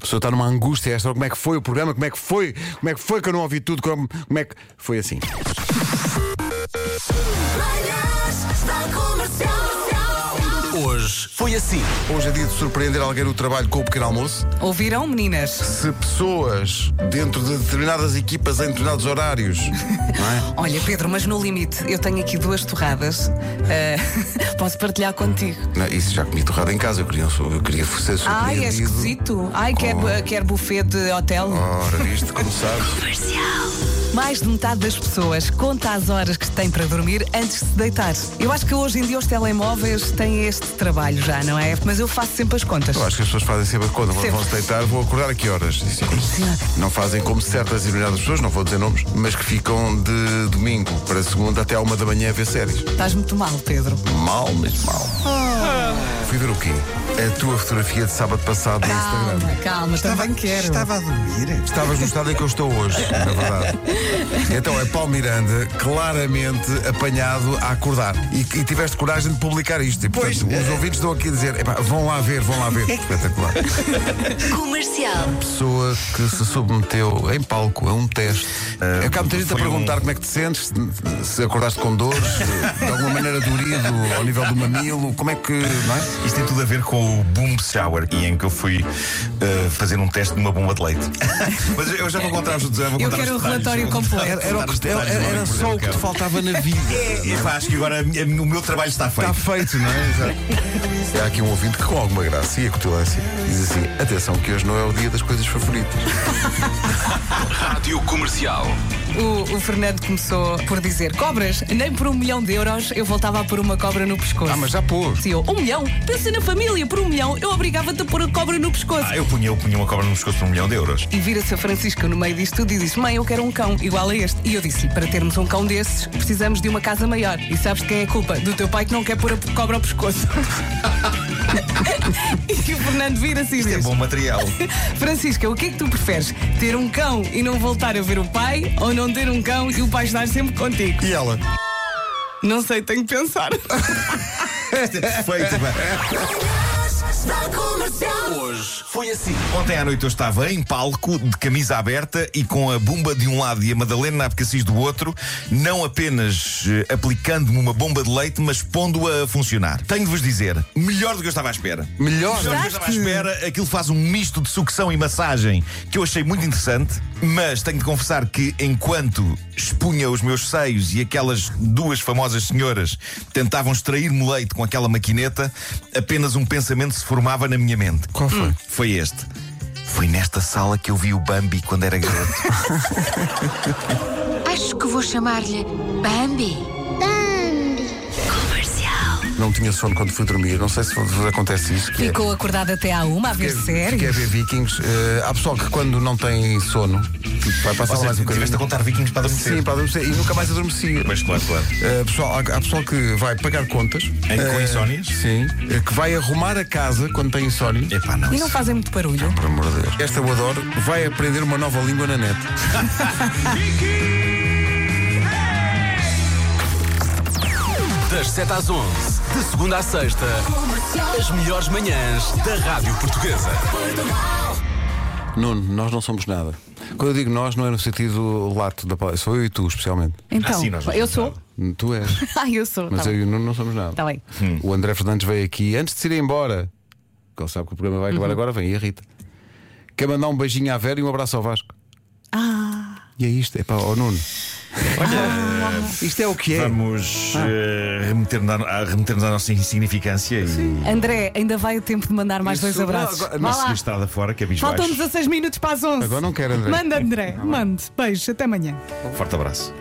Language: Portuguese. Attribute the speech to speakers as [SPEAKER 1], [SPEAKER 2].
[SPEAKER 1] pessoa está numa angústia esta, hora, como é que foi o programa, como é que foi, como é que foi que eu não ouvi tudo, como, como é que. Foi assim.
[SPEAKER 2] Manhãs da Comercial.
[SPEAKER 3] Hoje foi assim.
[SPEAKER 1] Hoje é dia de surpreender alguém no trabalho com o pequeno almoço.
[SPEAKER 4] Ouviram, meninas?
[SPEAKER 1] Se pessoas dentro de determinadas equipas em determinados horários, não é?
[SPEAKER 4] Olha, Pedro, mas no limite, eu tenho aqui duas torradas. Ah, posso partilhar contigo.
[SPEAKER 1] Não, isso já comi torrada em casa, eu queria, eu queria ser surpreendido.
[SPEAKER 4] Ai, é esquisito. Ai, quer, quer buffet de hotel?
[SPEAKER 1] Ora, isto, como sabes.
[SPEAKER 4] Mais de metade das pessoas conta as horas que tem para dormir antes de se deitar. Eu acho que hoje em dia os telemóveis têm este trabalho já, não é? Mas eu faço sempre as contas.
[SPEAKER 1] Eu acho que as pessoas fazem sempre a conta,
[SPEAKER 4] Sempre.
[SPEAKER 1] vão-se deitar, vão acordar a que horas? Isso é como se- Não fazem como certas e determinadas pessoas, não vou dizer nomes, mas que ficam de domingo para segunda até à uma da manhã a ver séries.
[SPEAKER 4] Estás muito mal, Pedro.
[SPEAKER 1] Mal, mas mal.
[SPEAKER 4] Ah.
[SPEAKER 1] Fui ver o quê? A tua fotografia de sábado passado no Instagram.
[SPEAKER 4] Calma, calma, também quero.
[SPEAKER 5] Estava a
[SPEAKER 4] Ah.
[SPEAKER 5] dormir.
[SPEAKER 1] Estavas no estado em que eu estou hoje, na verdade. Então é Paulo Miranda claramente apanhado a acordar. E, e tiveste coragem de publicar isto. E, portanto, os ouvintes estão aqui a dizer: "Epá, vão lá ver, vão lá ver. Espetacular.
[SPEAKER 2] Comercial.
[SPEAKER 1] Pessoa que se submeteu em palco a um teste. Uh, Acabo de gente a
[SPEAKER 5] foi um-
[SPEAKER 1] perguntar como é que te sentes, se- se acordaste com dores, de alguma maneira dorido ao nível do mamilo, como é que. Não é?
[SPEAKER 5] Isto tem tudo a ver com o boom shower e em que eu fui eh, fazer um teste de uma bomba de leite. Mas eu já vou contar os detalhes.
[SPEAKER 4] Eu quero o relatório
[SPEAKER 1] é?
[SPEAKER 4] completo.
[SPEAKER 1] Era, o que- era- era só o que te faltava na vida.
[SPEAKER 5] E pá, acho que agora a minha- o meu trabalho está feito.
[SPEAKER 1] Está feito, não é? Exato. Há aqui um ouvinte que, com alguma graça e acutulância, diz assim: atenção, que hoje não é o dia das coisas favoritas.
[SPEAKER 3] Rádio Comercial.
[SPEAKER 4] O, o Fernando começou por dizer cobras, nem por um milhão de euros eu voltava a pôr uma cobra no pescoço.
[SPEAKER 1] Ah, mas já pôs.
[SPEAKER 4] Se eu, um milhão? Pensa na família, por um milhão eu obrigava-te a pôr a cobra no pescoço.
[SPEAKER 5] Ah, eu punha, eu punha uma cobra no pescoço por um milhão de euros.
[SPEAKER 4] E vira-se a Francisca no meio disto tudo e diz: Mãe, eu quero um cão igual a este. E eu disse: Para termos um cão desses, precisamos de uma casa maior. E sabes de quem é a culpa? Do teu pai que não quer pôr a cobra ao pescoço. e o Fernando vira-se e
[SPEAKER 5] Isto é
[SPEAKER 4] diz:
[SPEAKER 5] bom material.
[SPEAKER 4] Francisca, o que é que tu preferes? Ter um cão e não voltar a ver o pai ou não ter um cão e o pai estar sempre contigo?
[SPEAKER 1] E ela?
[SPEAKER 4] Não sei, tenho que pensar.
[SPEAKER 5] Isto é perfeito. pá.
[SPEAKER 2] Manhãs da Comercial.
[SPEAKER 3] Hoje foi assim.
[SPEAKER 5] Ontem à noite eu estava em palco, de camisa aberta e com a bomba de um lado e a Madalena Abcacis do outro, não apenas eh, aplicando-me uma bomba de leite, mas pondo-a a funcionar. Tenho de vos dizer, melhor do que eu estava à espera.
[SPEAKER 1] Melhor.
[SPEAKER 5] Melhor do que eu estava à espera, aquilo faz um misto de sucção e massagem que eu achei muito interessante, mas tenho de confessar que enquanto expunha os meus seios e aquelas duas famosas senhoras tentavam extrair-me leite com aquela maquineta, apenas um pensamento se formava na minha mente. Hum.
[SPEAKER 1] Qual foi?
[SPEAKER 5] Foi este. Foi nesta sala que eu vi o Bambi quando era garoto.
[SPEAKER 6] Acho que vou chamar-lhe Bambi.
[SPEAKER 2] Comercial.
[SPEAKER 1] Não tinha sono quando fui dormir. Não sei se vos acontece isso. que é-
[SPEAKER 4] Ficou acordado até à uma a ver
[SPEAKER 1] Fiquei a
[SPEAKER 4] séries.
[SPEAKER 1] é ver Vikings. Eh, há pessoal que quando não tem sono vai passar mais um
[SPEAKER 5] Tiveste
[SPEAKER 1] bocadinho.
[SPEAKER 5] a contar vikings para adormecer.
[SPEAKER 1] Sim, para adormecer. E nunca mais adormecia.
[SPEAKER 5] Mas claro, claro.
[SPEAKER 1] Eh, pessoal, há, há pessoal que vai pagar contas.
[SPEAKER 5] Em- com
[SPEAKER 1] Eh,
[SPEAKER 5] insónias?
[SPEAKER 1] Sim. Eh, que vai arrumar a casa quando tem insónias.
[SPEAKER 5] Epá, não. assim
[SPEAKER 4] E não fazem muito barulho.
[SPEAKER 1] Por amor de Deus. Esta eu adoro. Vai aprender uma nova língua na net.
[SPEAKER 3] Das 7 às 11, de segunda à sexta, as melhores manhãs da Rádio Portuguesa.
[SPEAKER 1] Nuno, nós não somos nada. Quando eu digo nós, não é no sentido lato da palavra. Sou eu e tu, especialmente.
[SPEAKER 4] Então,
[SPEAKER 5] Ah, sim, nós não
[SPEAKER 4] eu
[SPEAKER 5] somos
[SPEAKER 4] sou.
[SPEAKER 1] Tu és.
[SPEAKER 4] Ah, eu sou.
[SPEAKER 1] Mas
[SPEAKER 4] tá
[SPEAKER 1] eu
[SPEAKER 4] bem.
[SPEAKER 1] e o Nuno não somos nada.
[SPEAKER 4] Tá bem.
[SPEAKER 1] O André Fernandes veio aqui antes de se ir embora. Que ele sabe que o programa vai acabar
[SPEAKER 4] Uhum.
[SPEAKER 1] agora, vem aí a Rita. Quer mandar um beijinho à Vera e um abraço ao Vasco. Ah. E é isto, é para o Nuno. Olha, isto é o que é.
[SPEAKER 5] Vamos
[SPEAKER 4] Ah.
[SPEAKER 5] eh, remeter-nos à, a remeter-nos à nossa insignificância e
[SPEAKER 4] André, ainda vai o tempo de mandar mais dois
[SPEAKER 1] Isso,
[SPEAKER 4] abraços.
[SPEAKER 1] não, agora-
[SPEAKER 4] Vá
[SPEAKER 1] não
[SPEAKER 4] lá.
[SPEAKER 5] a estrada fora, que é
[SPEAKER 4] Faltam 16 minutos para as 11.
[SPEAKER 1] Agora não quero, Tá André.
[SPEAKER 4] Manda, André. Mande. Beijo. Até amanhã.
[SPEAKER 5] Forte abraço.